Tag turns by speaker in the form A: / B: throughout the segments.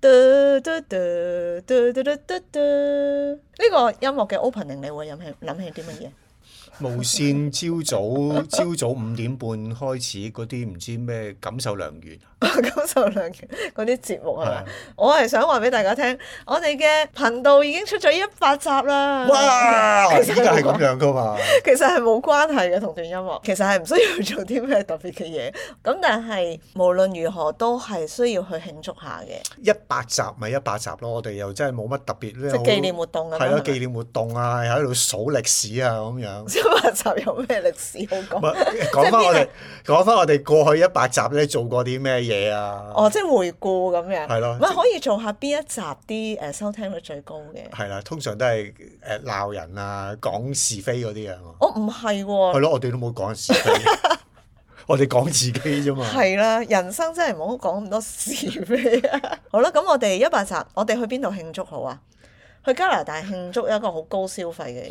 A: 嘟嘟嘟嘟嘟嘟嘟嘟，呢個音樂嘅 opening 你會諗起諗起啲乜嘢？
B: 無線朝早 朝早五點半開始嗰啲唔知咩錦繡良緣，啊
A: 感受良緣嗰啲節目係
B: 係啊
A: 嘛？我係想話俾大家聽，我哋嘅頻道已經出咗一百集啦。
B: 哇！
A: 嗯其
B: 依
A: 實
B: 家係咁樣噶嘛？
A: 其實係冇關係嘅同段音樂，其實係唔需要做啲咩特別嘅嘢。咁但係無論如何都係需要去慶祝下嘅，
B: 一百集咪一百集咯，我哋又真係冇乜特別
A: 即
B: 咧。
A: 係紀念活動咁
B: 係咯，
A: 樣。
B: 紀念活動啊，喺度數歷史啊咁樣。
A: 一百集有咩歷史好
B: 唔
A: 講？
B: 係講翻我
A: 哦即係邊
B: 哋講翻我哋過去一百集咧做過啲咩嘢啊？
A: 哦，即係回顧咁樣。
B: 係咯
A: 唔係可以做下邊一集啲誒收聽率最高嘅？
B: 係啦，通常都係誒鬧人啊、講是非嗰啲啊。
A: 我哦唔係
B: 係
A: 喎，
B: 咯，我哋都冇講是 非，我哋講自己啫嘛。
A: 係啦，人生真係唔好講咁多是非啊！ 好啦，咁我哋一百集，我哋去邊度慶祝好啊？去加拿大慶祝一個好高消費嘅，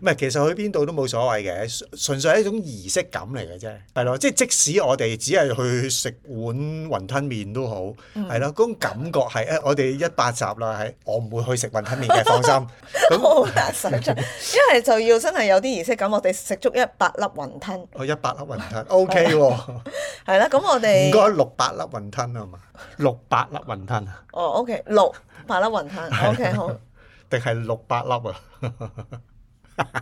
B: 唔係，其實去邊度都冇所謂嘅，純純粹係一種儀式感嚟嘅啫。係咯，即係即使我哋只係去食碗雲吞麵都好，
A: 嗯
B: 係咯，嗰種感覺係誒，我哋一百集啦，係我唔會去食雲吞麵嘅，放心。咁
A: 我好難想 像，因為就要真係有啲儀式感，我哋食足一百粒雲吞，
B: 我一百粒雲吞，OK 喎，
A: 哦係啦，咁我
B: 唔
A: 哋
B: 該六百粒雲吞啊嘛，六百粒雲吞啊，
A: 哦，OK，六百粒雲吞
B: 係
A: ，OK 好，
B: 定係六百粒 啊？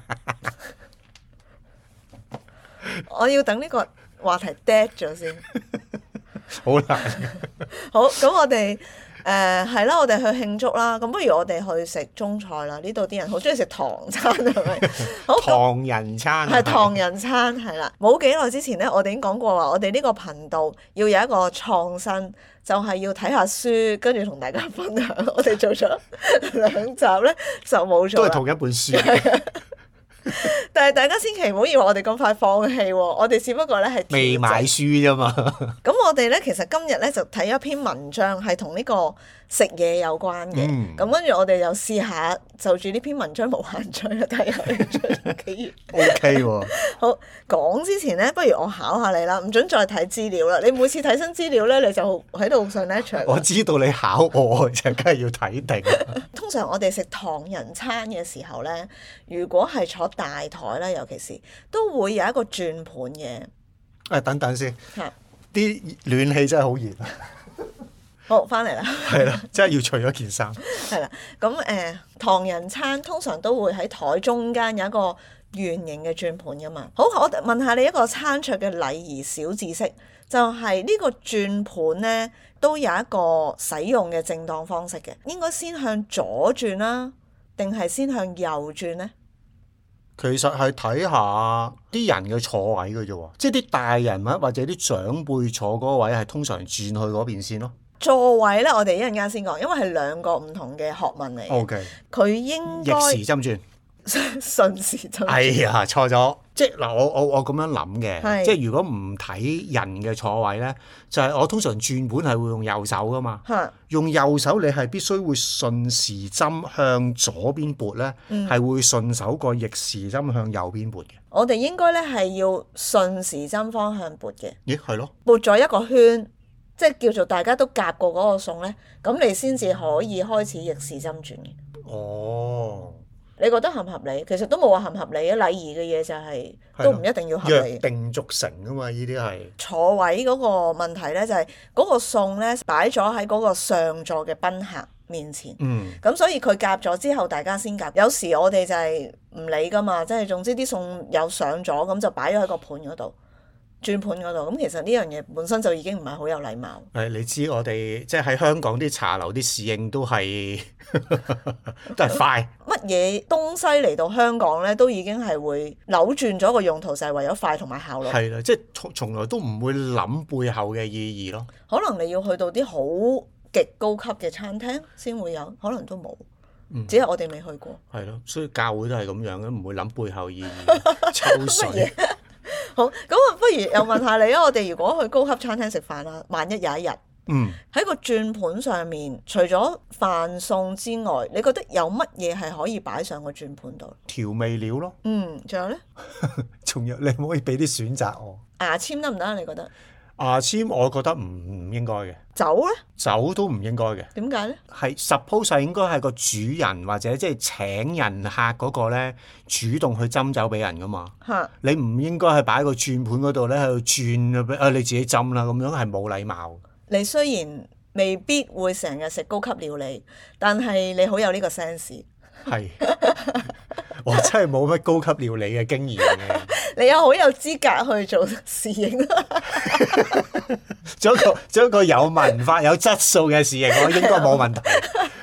A: 我要等呢個話題 dead 咗先。
B: 好難。
A: 好，咁我哋誒係啦，我哋去慶祝啦。咁不如我哋去食中菜啦。呢度啲人好中意食唐餐，係咪？ 好，咁
B: 唐人餐啊
A: 係唐人餐係啦。冇幾耐之前咧，我哋已經講過話，我哋呢個頻道要有一個創新，就係、要睇下書，跟住同大家分享。我哋做咗 兩集咧，就冇
B: 都
A: 咗
B: 係
A: 啦。
B: 同一 本書，
A: 但係大家千祈唔好以為我哋咁快放棄喎，我哋只不過咧係調
B: 未
A: 整
B: 買書啫嘛。
A: 咁我哋咧，其實今日咧就睇一篇文章，係同呢個食嘢有關嘅。
B: 嗯
A: 咁跟住我哋又試下就住呢篇文章無限追啦，睇下你追咗幾遠
B: OK 喎，
A: 好講之前咧，不如我考下你啦，唔准再睇資料啦。你每次睇新資料咧，你就喺度上 lecture
B: 我
A: 㗎。
B: 知道你考我，就梗係要睇定啦。
A: 通常我哋食唐人餐嘅時候咧，如果係坐大台咧，尤其是都會有一個轉盤嘅。
B: 誒，等等先，
A: 嚇，
B: 啲暖氣真係好熱啊！
A: 好翻嚟啦。
B: 係啦， 真係要除咗件衫。
A: 係啦，咁誒、呃唐人餐通常都會喺台中間有一個圓形嘅轉盤噶嘛。好，我問下你一個餐桌嘅禮儀小知識，就係、呢個轉盤咧都有一個使用嘅正當方式嘅，應該先向左轉啦，定係先向右轉呢？
B: 其實係睇下啲人嘅坐位嘅啫喎，即係啲大人物或者啲長輩坐嗰個位係通常轉去嗰邊先咯。
A: 座位咧，我哋一陣間先講，因為係兩個唔同嘅學問嚟嘅。
B: K，
A: 佢、應
B: 哦逆
A: 該
B: 時針轉。
A: 順時針。
B: 哎呀，錯咗！即係嗱，我我我咁樣諗嘅，
A: 係
B: 即係如果唔睇人嘅坐位咧，就係、我通常轉盤係會用右手噶嘛。
A: 嚇
B: 用右手你係必須會順時針向左邊撥咧，係、會順手過逆時針向右邊撥嘅。
A: 我哋應該咧係要順時針方向撥嘅。
B: 咦，係咯？
A: 撥咗一個圈，即係叫做大家都夾過嗰個餸咧，咁你先至可以開始逆時針轉嘅。
B: 哦，
A: 你覺得合唔合理？其實都冇話合唔合理啊嘅，禮儀嘅嘢就係、
B: 係咯
A: 都唔一定要合
B: 約
A: 理。
B: 定俗成啊嘛，呢啲係。
A: 坐位嗰個問題咧，就係、嗰個餸咧擺咗喺嗰個上座嘅賓客面前。
B: 嗯，
A: 咁所以佢夾咗之後，大家先夾。有時我哋就係唔理噶嘛，即係總之啲餸有上咗，咁就擺咗喺個盤嗰度，轉盤嗰度。咁其實呢樣嘢本身就已經唔係好有禮貌。
B: 誒，你知我哋即係喺香港啲茶樓啲侍應都係 都係快，
A: 乜嘢東西嚟到香港咧，都已經係會扭轉咗個用途，就係、為咗快同埋效率。
B: 係啦，即係從從來都唔會諗背後嘅意義咯。
A: 可能你要去到啲好極高級嘅餐廳先會有，可能都冇，只係我哋未去過。
B: 嗯係咯，所以教會都係咁樣嘅，唔會諗背後意 義，抽水。
A: 好，咁啊，不如又問下你啊，我哋如果去高級餐廳食飯啦，萬一有一日
B: 嗯，
A: 喺個轉盤上面，除咗飯餸之外，你覺得有乜嘢係可以擺上個轉盤度？
B: 調味料咯，
A: 嗯，仲有呢？
B: 仲有你可唔可以俾啲選擇我？
A: 牙籤得唔得啊？你覺得？
B: 牙籤我覺得唔唔應該嘅，
A: 酒咧
B: 酒都唔應該嘅。
A: 點解咧？
B: 係 suppose 係應該係個主人或者即係請人客嗰個咧主動去斟酒俾人噶嘛。
A: 嚇
B: 你唔應該係擺喺個轉盤嗰度咧喺度轉咁樣啊！你自己斟啦，咁樣係冇禮貌。
A: 你雖然未必會成日食高級料理，但係你好有呢個 sense。
B: 係， 我真係冇乜高級料理嘅經驗嘅。
A: 你又好有資格去做侍應啦，
B: 做一個做一個有文化、有質素嘅侍應，我應該冇問題。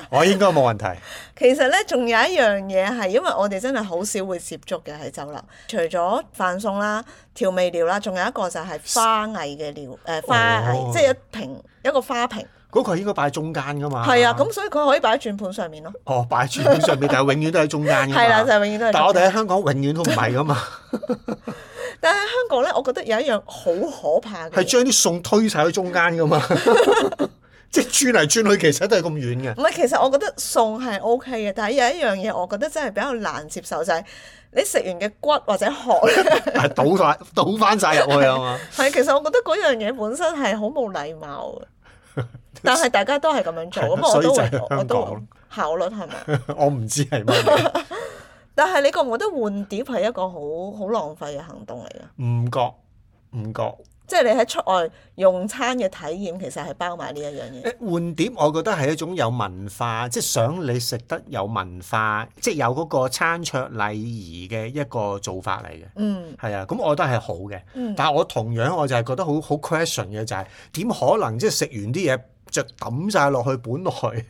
B: 我應該冇問題。
A: 其實咧，仲有一樣嘢係因為我哋真係好少會接觸嘅喺酒樓，除咗飯餸啦、調味料啦，仲有一個就係花藝嘅料，誒、花藝、
B: 哦
A: 即係一瓶一個花瓶，
B: 嗰、個係應該擺喺中間噶嘛。
A: 係啊，咁所以佢可以擺喺轉盤上面咯，
B: 哦，擺喺轉上面，但係永遠都喺中間㗎嘛。
A: 係啦，就係永遠都係。
B: 但係我哋喺香港永遠都唔係噶嘛，
A: 但係喺香港咧，我覺得有一樣好可怕嘅
B: 係
A: 嘢，
B: 將啲餸推晒去中間噶嘛， 即係轉嚟轉去，其實都係咁遠嘅。
A: 唔係其實我覺得餸係 O K 嘅，但係有一樣嘢我覺得真係比較難接受就係、你食完嘅骨或者殼咧，
B: 係啊倒晒倒翻晒入去啊嘛，
A: 係其實我覺得嗰樣嘢本身係好冇禮貌嘅，但係大家都係咁樣做，
B: 係
A: 咁我
B: 所以
A: 都
B: 就
A: 會
B: 係香港
A: 我都會效率係咪？
B: 我唔知係乜嘢，
A: 但係你覺唔覺得換碟係一個好好浪費嘅行動嚟嘅？
B: 唔覺唔覺。
A: 即係你喺出外用餐嘅體驗，其實係包埋呢一樣嘢。
B: 誒換碟，我覺得係一種有文化，即係想你食得有文化，即係有嗰個餐桌禮儀嘅一個做法嚟嘅。
A: 嗯
B: 係啊，咁我覺得係好嘅。
A: 嗯，
B: 但係我同樣我就係覺得好好 question 嘅就係、點可能即係食完啲嘢就抌晒落去本來？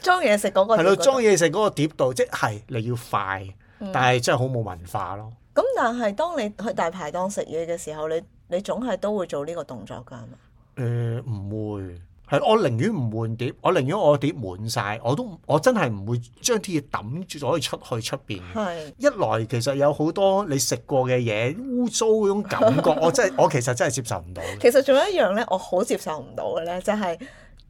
A: 裝嘢食嗰個
B: 係咯，
A: 碟嗰
B: 裝
A: 度
B: 嘢食嗰個碟度，即係你要快，
A: 嗯
B: 但係真係好冇文化咯。
A: 咁但係當你去大排檔食嘢嘅時候，你你總係都會做呢個動作㗎係嘛？
B: 誒、唔會，係我寧願唔換碟，我寧願我碟滿晒，我都我真係唔會將啲嘢抌咗出去出邊。
A: 係
B: 一來其實有好多你食過嘅嘢污糟嗰種感 覺，我真係我其實真係接受唔到嘅。
A: 其實仲有一樣咧，我好接受唔到嘅咧，就係、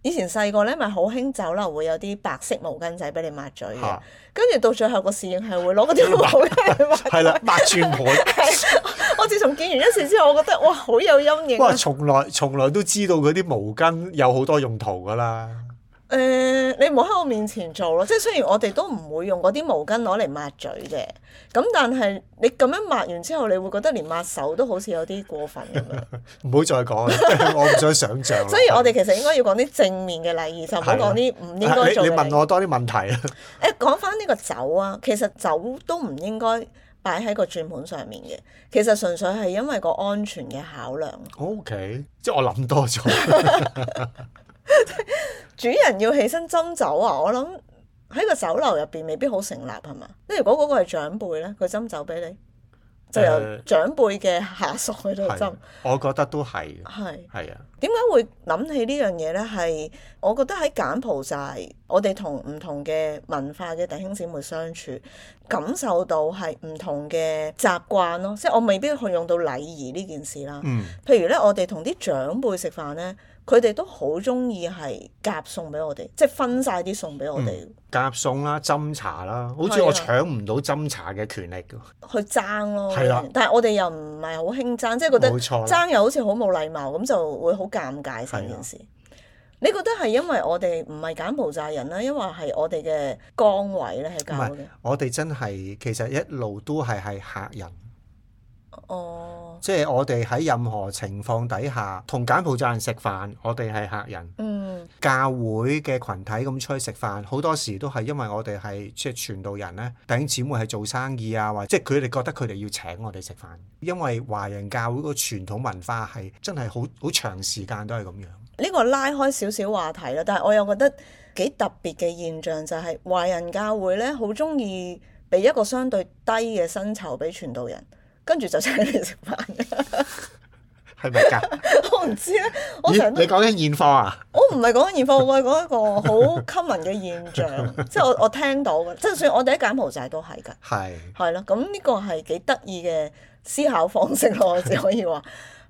A: 以前細個咧，咪好興酒樓會有啲白色毛巾仔俾你抹嘴嘅
B: 嚇，
A: 跟住到最後個侍應係會攞嗰條毛巾嚟抹。
B: 係啦，抹轉盤，
A: 我自從見完一次之後，我覺得哇，好有陰影啊
B: 哇！！從來從來都知道嗰啲毛巾有好多用途㗎啦。
A: 誒、你唔好喺我面前做咯，即係雖然我哋都唔會用嗰啲毛巾攞嚟抹嘴嘅，咁但係你咁樣抹完之後，你會覺得連抹手都好似有啲過分咁樣。
B: 唔 好再講 啦，真係我唔想想像啦。
A: 所以我哋其實應該要講啲正面嘅禮儀，就唔好講啲唔應該做
B: 你
A: 嘅
B: 你
A: 禮
B: 問
A: 儀。
B: 我多啲問題啊。
A: 誒，講翻呢個酒啊，其實酒都唔應該擺喺個轉盤上面嘅，其實純粹係因為個安全嘅考量。
B: O、k 即係我諗 多咗。
A: 主人要起身斟酒啊，我諗喺個酒樓入邊未必好成立係嘛？即係如果嗰個係長輩咧，佢斟酒俾你，就由
B: 誒
A: 長輩嘅下屬喺度斟
B: 係。，我覺得都係嘅，
A: 係。
B: 係啊，
A: 點解會諗起呢樣嘢呢？係我覺得喺柬埔寨，我哋同唔同嘅文化嘅弟兄姊妹相處，感受到係唔同嘅習慣咯。即係我未必去用到禮儀呢件事啦。
B: 嗯，
A: 譬如呢，我哋同啲長輩食飯呢，佢哋都好中意係夾餸俾我哋，即係分晒啲餸俾我哋、
B: 夾餸啦、斟茶啦，好似
A: 係啊
B: 我搶唔到斟茶嘅權力㗎，
A: 去爭咯。
B: 係啦
A: 但係我哋又唔係好興爭，即係覺得
B: 冇錯啦
A: 爭又好似好冇禮貌，咁就會好尷尬成件事。你覺得係因為我哋唔係柬埔寨人啦，因為係我哋嘅崗位咧係教
B: 唔
A: 嘅。
B: 我哋真係其實一路都係係客人，
A: 哦，
B: 即係我哋喺任何情況底下同柬埔寨人食飯，我哋係客人。
A: 嗯，
B: 教會嘅群體咁出去食飯，好多時都係因為我哋係即係傳道人咧，弟兄姊妹係做生意啊，或者即係佢哋覺得佢哋要請我哋食飯，因為華人教會個傳統文化係真係好好長時間都係咁樣。
A: 呢個拉開少少話題啦，但係我又覺得幾特別嘅現象就係華人教會咧好中意俾一個相對低嘅薪酬俾傳道人，跟住就請你食飯。
B: 係咪㗎？
A: 我唔知咧， 我成日
B: 咦
A: 都
B: 你講緊現況啊？
A: 我唔係講緊現況，我係講一個好 common 嘅現象， 即係我我聽到嘅，即係就算我哋喺柬埔寨都係㗎，
B: 係
A: 係咯。咁呢個係幾得意嘅思考方式咯，我只可以話。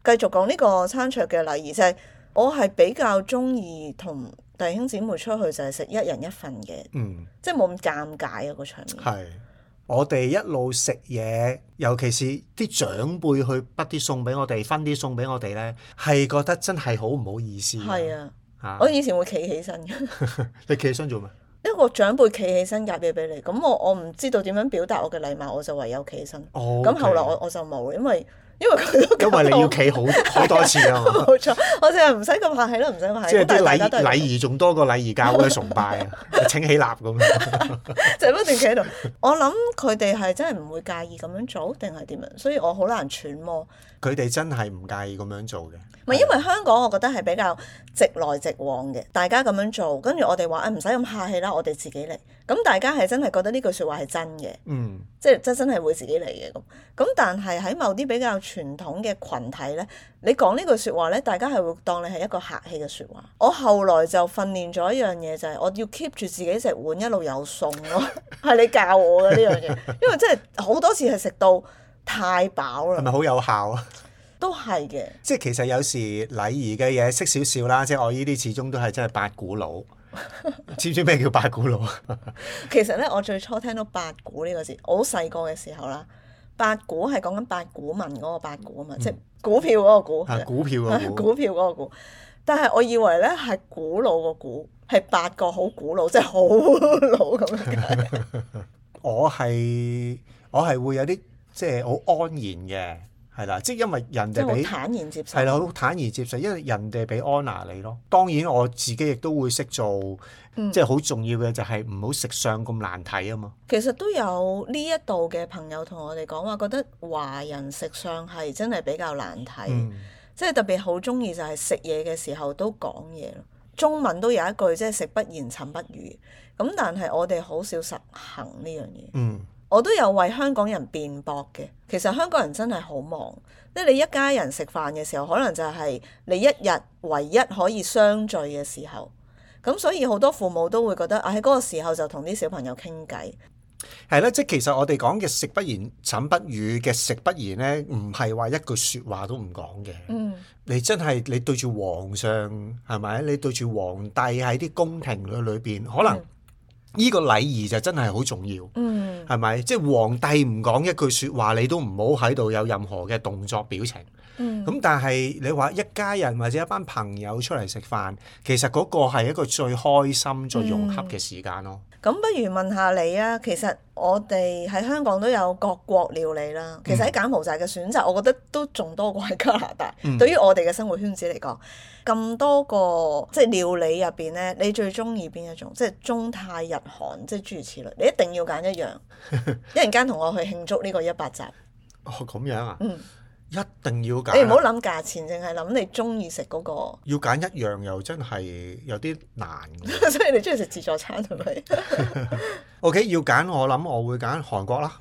A: 繼續講呢個餐桌嘅禮儀，就係、我係比較中意同弟兄姊妹出去就係食一人一份嘅，
B: 嗯
A: 即係冇咁尷尬啊個場面。
B: 係我哋一路食嘢，尤其是啲長輩去畢啲餸俾我哋，分啲餸俾我哋咧，係覺得真係好唔好意思。
A: 係啊，
B: 啊，
A: 我以前會企起身嘅，
B: 你企起身做咩？
A: 一個長輩企起身夾嘢俾你，咁我我唔知道點樣表達我嘅禮貌，我就唯有企起身。
B: 哦，
A: 咁後來我我就冇，因為因為佢都
B: 因為
A: 為
B: 你 要企好好多次啊嘛。
A: 冇錯，我 就係唔使咁客氣啦，唔使咁客氣。
B: 即係
A: 咁但
B: 啲
A: 係大
B: 禮
A: 家都係咁
B: 禮儀仲多過禮儀教會嘅崇拜啊， 請起立咁樣。
A: 就係不斷企喺度。我諗佢哋係真係唔會介意咁樣做，定係點樣？所以我好難揣摩。
B: 佢哋真係唔介意咁樣做嘅。
A: 唔係因為香港，我覺得係比較直來直往嘅，大家咁樣做，跟住我哋話啊唔使咁客氣啦，我哋自己嚟。咁大家係真係覺得呢句説話係真嘅，
B: 嗯，
A: 即係真真係會自己嚟嘅咁。咁但係喺某啲比較傳統嘅群體呢，你講呢句説話呢，大家係會當你係一個客氣嘅説話。我後來就訓練咗一樣嘢，就係、我要 keep 住自己食碗一路有餸咯， 係你教我嘅呢樣嘢，因為真係好多次係食到太飽
B: 係
A: 啦，
B: 咪好有效啊？
A: 都係嘅，
B: 即係其實有時禮儀嘅嘢識少少啦，即係我呢啲始終都係真係八 股佬。知唔知咩叫八股佬啊？
A: 其實咧，我最初聽到八股呢個字，我好細個嘅時候啦。八股係講緊八股文嗰個八股啊嘛，即係股票嗰個股，
B: 啊股票嘅股，
A: 股票嗰個股。但係我以為咧係古老個股，係八個好古老，即係好老咁 樣解。
B: 我係我係會有啲即係好安然嘅，係啦，即係因為人
A: 即
B: 哋
A: 係
B: 俾
A: 好坦然接受
B: 係。啦，好坦然接受，因為人哋俾 honour 你咯。當然我自己亦都會識做，
A: 嗯
B: 即係好重要嘅就係唔好食相咁難睇啊嘛。
A: 其實都有呢一度嘅朋友同我哋講話，覺得華人食相係真係比較難睇。
B: 嗯，
A: 即係特別好中意就係食嘢嘅時候都講嘢咯。中文都有一句即係食不言，寢不語。咁但係我哋好少實行呢樣嘢。
B: 嗯，
A: 我都有為香港人辯駁嘅。其實香港人真係好忙，即係你一家人食飯嘅時候，可能就係你一日唯一可以相聚嘅時候。咁所以好多父母都會覺得啊喺嗰個時候就同啲小朋友傾偈。
B: 係啦，即係其實我哋講嘅食不言，寢不語嘅食不言咧，唔係話一句説話都唔講嘅。
A: 嗯，
B: 你真係你對住皇上係咪？你對住皇帝喺啲宮廷裏裏邊，可能
A: 嗯
B: 呢個禮儀就真係好重要。
A: 嗯，
B: 係咪？即係皇帝唔講一句説話，你都唔好喺度有任何嘅動作表情。
A: 嗯
B: 咁但係你話一家人或者一班朋友出嚟食飯，其實嗰個係一個最開心、最融洽嘅時間咯。
A: 咁不如問下你啊，其實我哋喺香港都有各國料理啦。其實喺柬埔寨嘅選擇，我覺得都仲多過喺加拿大。
B: 嗯
A: 對於我哋嘅生活圈子嚟講，咁多個即係料理入邊咧，你最中意邊一種？即係中泰日韓，即係諸如此類。你一定要揀一樣， 一陣間同我去慶祝呢個一百集。
B: 哦，咁樣啊，
A: 嗯，
B: 一定要
A: 你唔好
B: 揀啊，
A: 諗價錢，淨係諗你中意食嗰個。
B: 要揀一樣又真係有啲難嘅。
A: 所以你中意食自助餐係 咪？
B: OK，要揀我諗我會揀韓國啦。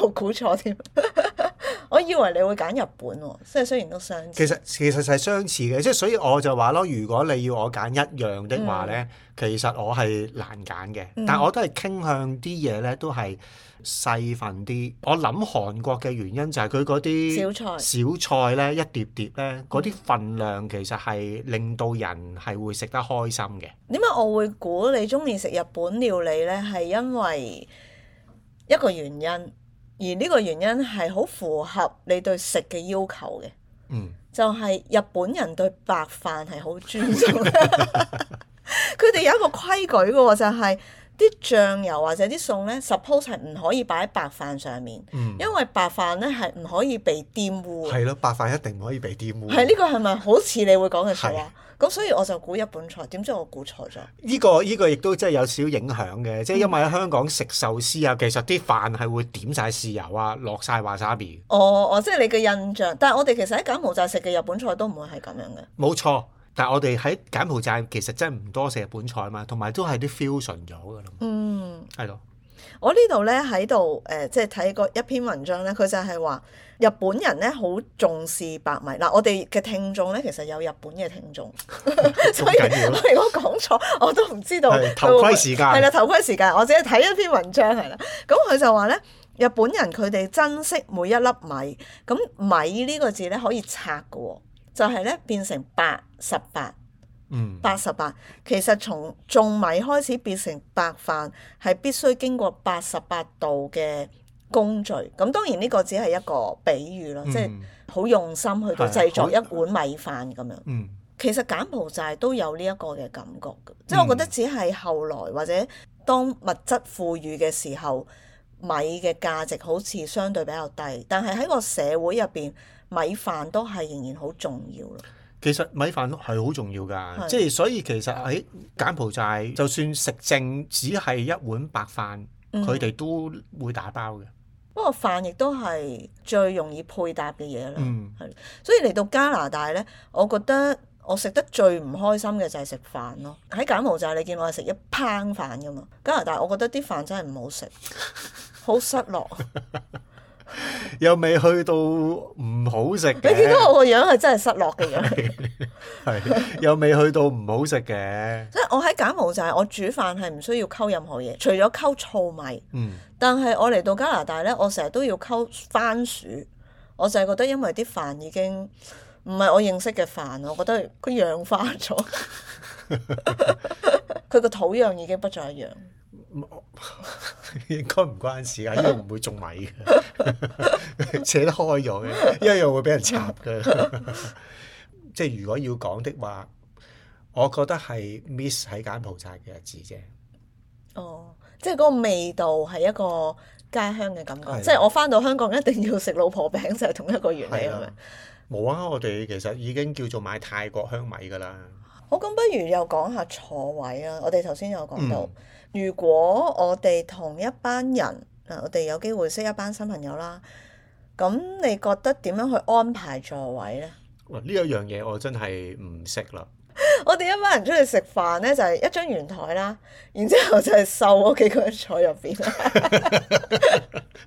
A: 我估錯添，我以為你會揀日本喎，即係雖然都相似。
B: 其實其實係相似嘅，即係所以我就話咯，如果你要我揀一樣的話咧，其實我係難揀嘅，
A: 嗯
B: 但我都係傾向啲嘢咧都係細份啲。我諗韓國嘅原因就係佢嗰啲
A: 小菜嗯
B: 小菜咧一碟碟咧，嗰啲份量其實係令到人係會食得開心嘅。
A: 點解我會估你中意食日本料理呢？係因為一個原因，而呢個原因係好符合你對食嘅要求嘅，
B: 嗯，
A: 就係、日本人對白飯係好尊重。佢哋有一個規矩嘅喎，就係、啲醬油或者啲餸呢 suppose 係唔可以擺喺白飯上面，
B: 嗯
A: 因為白飯呢係唔可以被玷污嘅。
B: 係咯，白飯一定唔可以被玷污。
A: 係呢個係咪好似你會講嘅説話？咁所以我就估日本菜，點知我估錯咗。
B: 呢個呢個亦都真係有少少影響
A: 嗯
B: 嘅，即係因為喺香港食壽司啊，其實啲飯係會點晒豉油啊，落晒 wasabi 嘅。
A: 哦哦，即係你嘅印象，但係我哋其實喺柬埔寨食嘅日本菜都唔會係咁樣嘅。
B: 冇錯，但係我哋喺柬埔寨其實真係唔多食日本菜嘛，同埋都係啲 fusion 咗㗎啦，
A: 嗯，
B: 係咯，
A: 我呢度呢喺度誒，即係睇過一篇文章呢，佢就係話日本人呢好重視白米。嗱，我哋嘅聽眾呢，其實有日本嘅聽 眾，
B: 咁
A: 所以
B: 緊要啦。
A: 我如果講錯，我都唔知道佢會
B: 係
A: 唔
B: 頭
A: 會
B: 盔時間
A: 係啦，頭盔時間，我只係睇一篇文章係啦。咁佢就話咧，日本人佢哋珍惜每一粒米，咁米呢個字咧可以拆嘅喎，就係、咧變成八十八。
B: 嗯，
A: 八十八，其實從種米開始變成白飯，係必須經過八十八度嘅工序。咁當然呢個只係一個比喻啦，即係
B: 嗯
A: 好用心去到
B: 係
A: 製作
B: 好
A: 一碗米飯咁樣。
B: 嗯
A: 其實柬埔寨都有呢一個嘅感覺嘅，即係我覺得只係後來或者當物質富裕嘅時候，米嘅價值好似相對比較低，但係喺個社會入邊，米飯都係仍然好重要咯。
B: 其實米飯係好重要
A: 係
B: 㗎，即係所以其實喺柬埔寨，就算食剩只係一碗白飯，
A: 嗯
B: 佢哋都會打包嘅。
A: 不過飯亦都係最容易配搭嘅嘢啦，
B: 嗯
A: 係、所以嚟到加拿大呢，我覺得我食得最唔開心嘅就係食飯咯。喺柬埔寨你見我係食一烹飯噶嘛，加拿大我覺得啲飯真係唔好食，好失落。
B: 又未去到唔好食
A: 你見到
B: 嘅，
A: 我個樣係真係失落嘅樣，
B: 係又未去到唔好食嘅。
A: 即係我喺柬埔寨，我煮飯係唔需要溝任何嘢，除咗溝糙米。
B: 嗯，
A: 但係我嚟到加拿大呢，我成日都要溝番薯，我就係覺得因為啲飯已經唔係我認識嘅飯，我覺得佢氧化咗， 佢個土壤已經不再一樣。
B: 應該唔關事㗎，呢度唔會種米嘅， 扯得開咗嘅，一樣會俾人插嘅。 即係如果要講的話，我覺得係 miss 喺柬埔寨嘅日子啫。
A: 哦，即係嗰個味道係一個家鄉嘅感覺，
B: 係
A: 即係我翻到香港一定要食老婆餅，就係同一個原理
B: 係
A: 咁樣
B: 啊。，冇啊！我哋其實已經叫做買泰國香米㗎啦。
A: 好，咁不如又講下坐位啦。我哋頭先有講到，如果我哋同一班人，嗱，我哋有機會識一班新朋友啦。咁你覺得點樣去安排座位呢？
B: 哇！呢一樣嘢我真係唔識啦。
A: 我哋一班人出去食飯呢，就係、一張圓台啦，然之後就係瘦嗰幾個人坐入邊啦。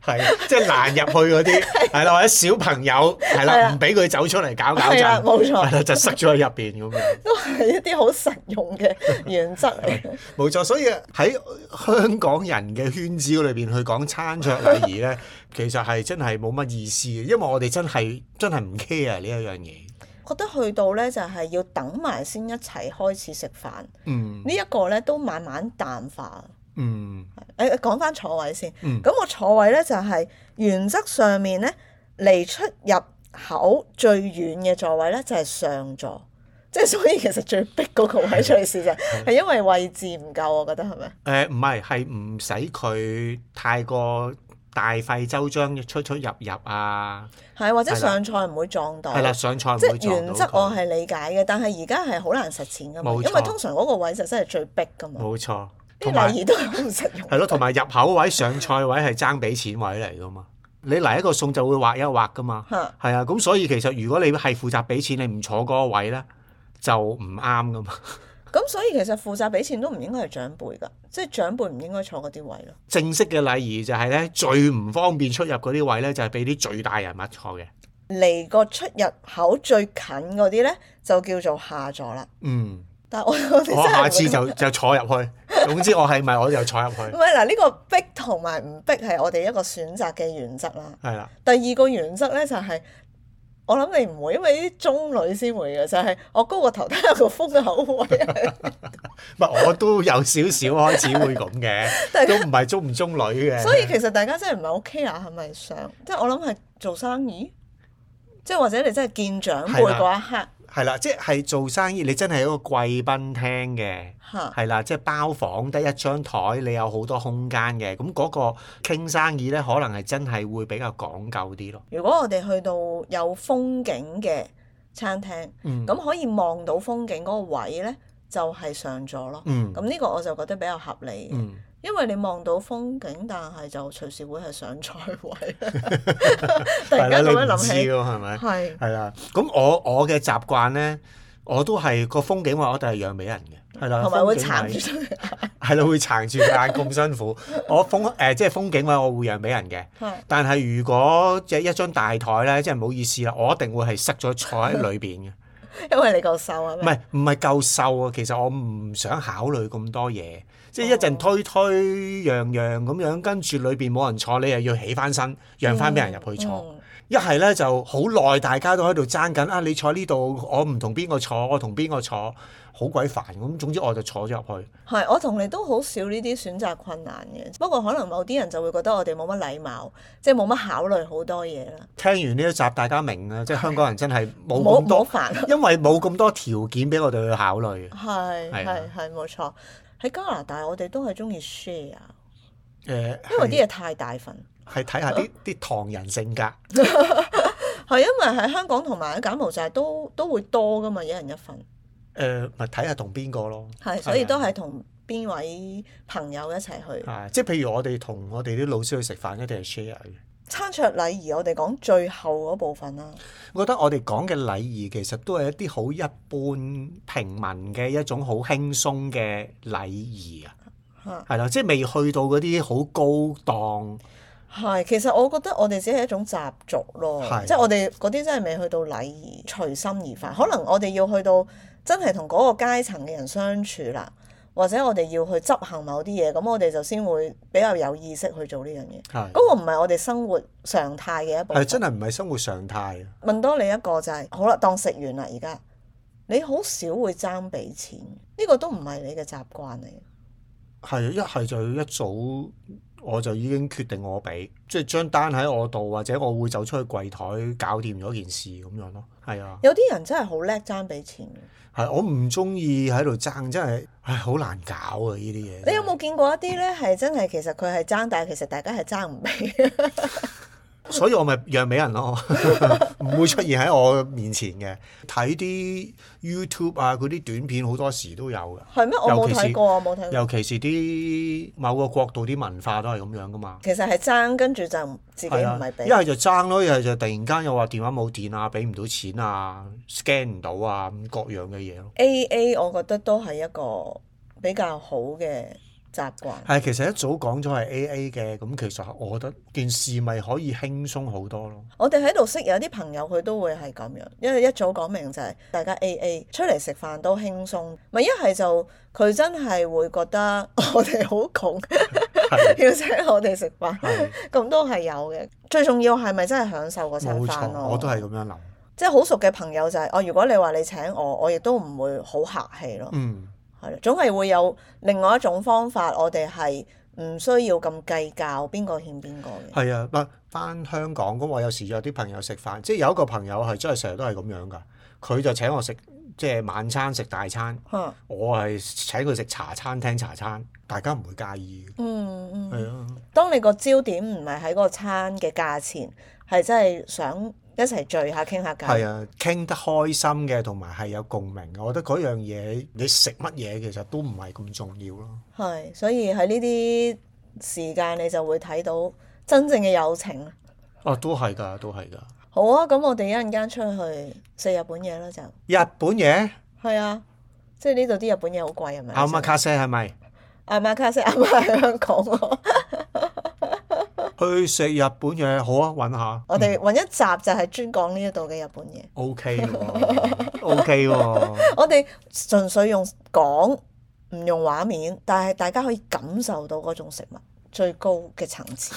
B: 係，即係難入去 嗰啲，係啦，或者小朋友係
A: 係
B: 啦，
A: 啊
B: 唔俾佢走出嚟搞搞
A: 係啊啦，
B: 震，
A: 冇錯
B: 係，啦，就塞咗喺入邊咁樣。
A: 都係一啲好實用嘅原則嚟嘅。
B: 冇錯，所以喺香港人嘅圈子裏邊去講餐桌禮儀咧， 其實係真係冇乜意思嘅，因為我哋真係真係唔 care 呢一樣嘢。
A: 覺得去到呢，就係要等埋先一齊開始食飯，呢、
B: 嗯
A: 一個呢，都慢慢淡化。
B: 嗯
A: 誒講翻坐位先，咁、
B: 嗯
A: 我坐位咧就係、原則上面咧離出入口最遠嘅座位咧就係、上座， 即係所以其實最逼嗰個位最事就係係因為位置唔夠，我覺得係咪？
B: 誒唔係係唔使佢太過大費周章出出入入啊，
A: 係或者
B: 係啦
A: 上菜唔會撞到，
B: 係啦，上菜唔
A: 哦即
B: 會
A: 係
B: 撞到
A: 原則我
B: 佢
A: 係理解嘅，但係而家係好難實踐噶嘛，
B: 冇錯
A: 因為通常嗰個位就真係最逼噶嘛，
B: 冇錯，
A: 啲
B: 同
A: 禮
B: 埋
A: 儀都係好唔實用。
B: 係咯，同埋入口位上菜位係爭俾錢位嚟噶嘛，你嚟一個餸就會劃一劃噶嘛。
A: 嚇
B: 係啊，咁所以其實如果你係負責俾錢，你唔坐嗰個位咧，就唔啱噶嘛。
A: 咁所以其實負責俾錢都唔應該係長輩㗎，即係長輩唔應該坐嗰啲位咯。
B: 正式嘅禮儀就係咧，最唔方便出入嗰啲位咧，就係俾啲最大人物坐嘅。
A: 離個出入口最近嗰啲咧，就叫做下座啦。
B: 嗯，
A: 但係我 我哋真
B: 我
A: 係
B: 下次
A: 唔
B: 就 就坐入去。總之我係咪我就坐入去。
A: 唔係嗱，呢個逼同埋唔逼係我哋一個選擇嘅原則啦。
B: 係啦，
A: 第二個原則咧就係、我諗你唔會，因為啲中女先會嘅，就係、我高個頭睇下個風口位，啊
B: 唔係我都有少少開始會咁 嘅
A: 大，
B: 都唔係中唔中女嘅。
A: 所以其實大家真係唔係好 care 係咪想，即係我諗係做生意，即係或者你真係見長輩
B: 係啦
A: 嗰一刻
B: 係啦，即係做生意，你真係一個貴賓廳嘅。
A: 嚇，
B: 係啦，即係包房得一張台，你有好多空間嘅，咁嗰個傾生意咧，可能係真係會比較講究啲咯。
A: 如果我哋去到有風景嘅餐廳。
B: 嗯，
A: 咁可以望到風景嗰個位呢，就係、上座咯。
B: 嗯
A: 咁呢個我就覺得比較合理嘅，
B: 嗯，
A: 因為你望到風景，但係就隨時會係上菜 位。突然
B: 係啦，
A: 間咁樣
B: 你唔
A: 諗
B: 知
A: 起，
B: 咯，係咪？
A: 係
B: 係啦，咁我我嘅習慣咧，我都係個風景位，我都係讓俾人嘅，係啦，
A: 同埋會
B: 啊風景
A: 撐
B: 位
A: 住對
B: 係啦，會撐住眼 咁辛苦。我風誒、即係風景位，我會讓俾人嘅。
A: 係
B: 但係如果即係一張大台咧，即係唔好意思啦，我一定會係塞咗坐喺裏邊嘅。
A: 因為你夠瘦係
B: 唔
A: 咪？
B: 係唔係夠瘦啊！其實我唔想考慮咁多嘢，即係一陣推推讓讓咁樣，跟住裏邊冇人坐，你又要起翻身讓翻俾人入去坐，
A: 嗯
B: 一係咧就好耐，大家都喺度爭緊啊！你坐呢度，我唔同邊個坐，我同邊個坐，好鬼煩咁。總之我就坐咗入去。
A: 係，我同你都好少呢啲選擇困難嘅。不過可能某啲人就會覺得我哋冇乜禮貌，即係冇乜考慮好多嘢啦，
B: 聽完呢一集，大家明啊，即係香港人真係冇
A: 冇
B: 咁
A: 冇
B: 多，
A: 煩。
B: 因為冇咁多條件俾我哋去考慮。
A: 係
B: 係
A: 係
B: 啊
A: 係冇錯。喺加拿大，我哋都係中意 share，
B: 誒、
A: 因為
B: 係
A: 啲嘢太大份。
B: 係睇下啲啲唐人性格。
A: 係因為喺香港同埋喺柬埔寨都都會多噶嘛，一人一份。
B: 誒咪睇下同邊個咯，
A: 係，所以都係同邊位朋友一齊去。
B: 啊！即係譬如我哋同我哋啲老師去食飯，一定係 share 嘅。
A: 餐桌禮儀，我哋講最後嗰部分啦。
B: 我覺得我哋講嘅禮儀其實都係一啲好一般平民嘅一種好輕鬆嘅禮儀啊，
A: 嚇，
B: 係啦，即係未去到嗰啲好高檔，
A: 係，其實我覺得我哋只係一種習俗咯，
B: 係
A: 即係我哋嗰啲真係未去到禮儀，隨心而發。可能我哋要去到真係同嗰個階層嘅人相處啦，或者我哋要去執行某啲嘢，咁我哋就先會比較有意識去做呢樣嘢。
B: 係
A: 嗰個唔係我哋生活常態嘅一部
B: 係
A: 分。
B: 真係唔係生活常態啊。
A: 問多你一個就係、好啦，當食完啦，而家你好少會爭俾錢，呢、個都唔係你嘅習慣嚟。
B: 係啊一係就一早我就已經決定我俾，即係張單喺我度，或者我會走出去櫃台搞掂咗件事咁樣咯。係啊，
A: 有啲人真係好叻爭俾錢嘅。
B: 係我唔中意喺度爭，真係唉好難搞啊！呢啲嘢
A: 你有冇見過一啲呢？係真係其實佢係爭，但係其實大家係爭唔 俾。
B: 所以我咪讓俾人咯， 唔會出現喺我面前嘅。睇啲 YouTube 啊，嗰啲短片好多時都有嘅，
A: 係咩？我冇
B: 尤其是
A: 睇過，我冇睇過。
B: 尤其是啲某個國度啲文化都係咁樣噶嘛。
A: 其實係爭，跟住就自己唔
B: 係啊
A: 係，俾
B: 一。係就爭咯，一係就突然間又話電話冇電啊，俾唔到錢啊，scan 唔到啊，咁各樣嘅嘢咯。
A: A A，我覺得都係一個比較好嘅習慣。
B: 係，其實一早講咗係 A A 嘅，咁其實我覺得件事咪可以輕鬆好多咯。
A: 我哋喺度識有啲朋友，佢都會係咁樣，因為一早講明就係大家 A A 出嚟食飯都輕鬆，咪一係就佢真係會覺得 我哋好窮，
B: 係
A: 要請我哋食飯，
B: 係
A: 咁都係有嘅。最重要係咪真係享受嗰餐
B: 冇
A: 飯
B: 錯，
A: 咯？
B: 我都係咁樣諗。
A: 即係好熟嘅朋友就係、哦，如果你話你請我，我亦都唔會好客氣咯，
B: 嗯，
A: 係啦、總係會有另外一種方法，我哋係唔需要咁計較邊個欠邊個嘅。
B: 係啊，嗱，翻香港咁，我有時約啲朋友食飯，即係有一個朋友係真係成日都係咁樣噶，佢就請我食即係晚餐食大餐，
A: 嚇，
B: 我係請佢食茶餐廳茶餐，大家唔會介意嘅。
A: 嗯嗯。
B: 係啊，
A: 當你個焦點唔係喺個餐嘅價錢，係真係想一齊聚下傾下偈。
B: 係啊，傾得開心嘅，同埋係有共鳴嘅。我覺得嗰樣嘢，你食乜嘢其實都唔係咁重要咯。
A: 係，所以喺呢啲時間你就會睇到真正嘅友情。
B: 哦，都係㗎，都係㗎。
A: 好啊，咁我哋一陣間出去食日本嘢啦，就
B: 日本 嘢，
A: 係啊，即係呢度啲日本嘢好貴係咪？
B: 阿馬卡西係咪？
A: 阿媽卡西阿媽喺香港喎，
B: 去食日本嘢好啊，揾下。
A: 我哋揾一集就係專講呢一度嘅日本嘢。
B: O K 喎，O K 喎。
A: 我哋純粹用講，唔用畫面，但係大家可以感受到嗰種食物最高嘅層 次。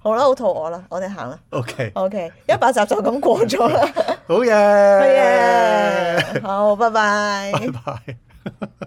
A: 好啦，好肚餓啦，我哋行 啦。
B: O K，
A: OK，一百集就咁過咗 啦。
B: Oh, 好嘢，
A: 哎 Oh, 係啊，好，拜拜。
B: 拜拜。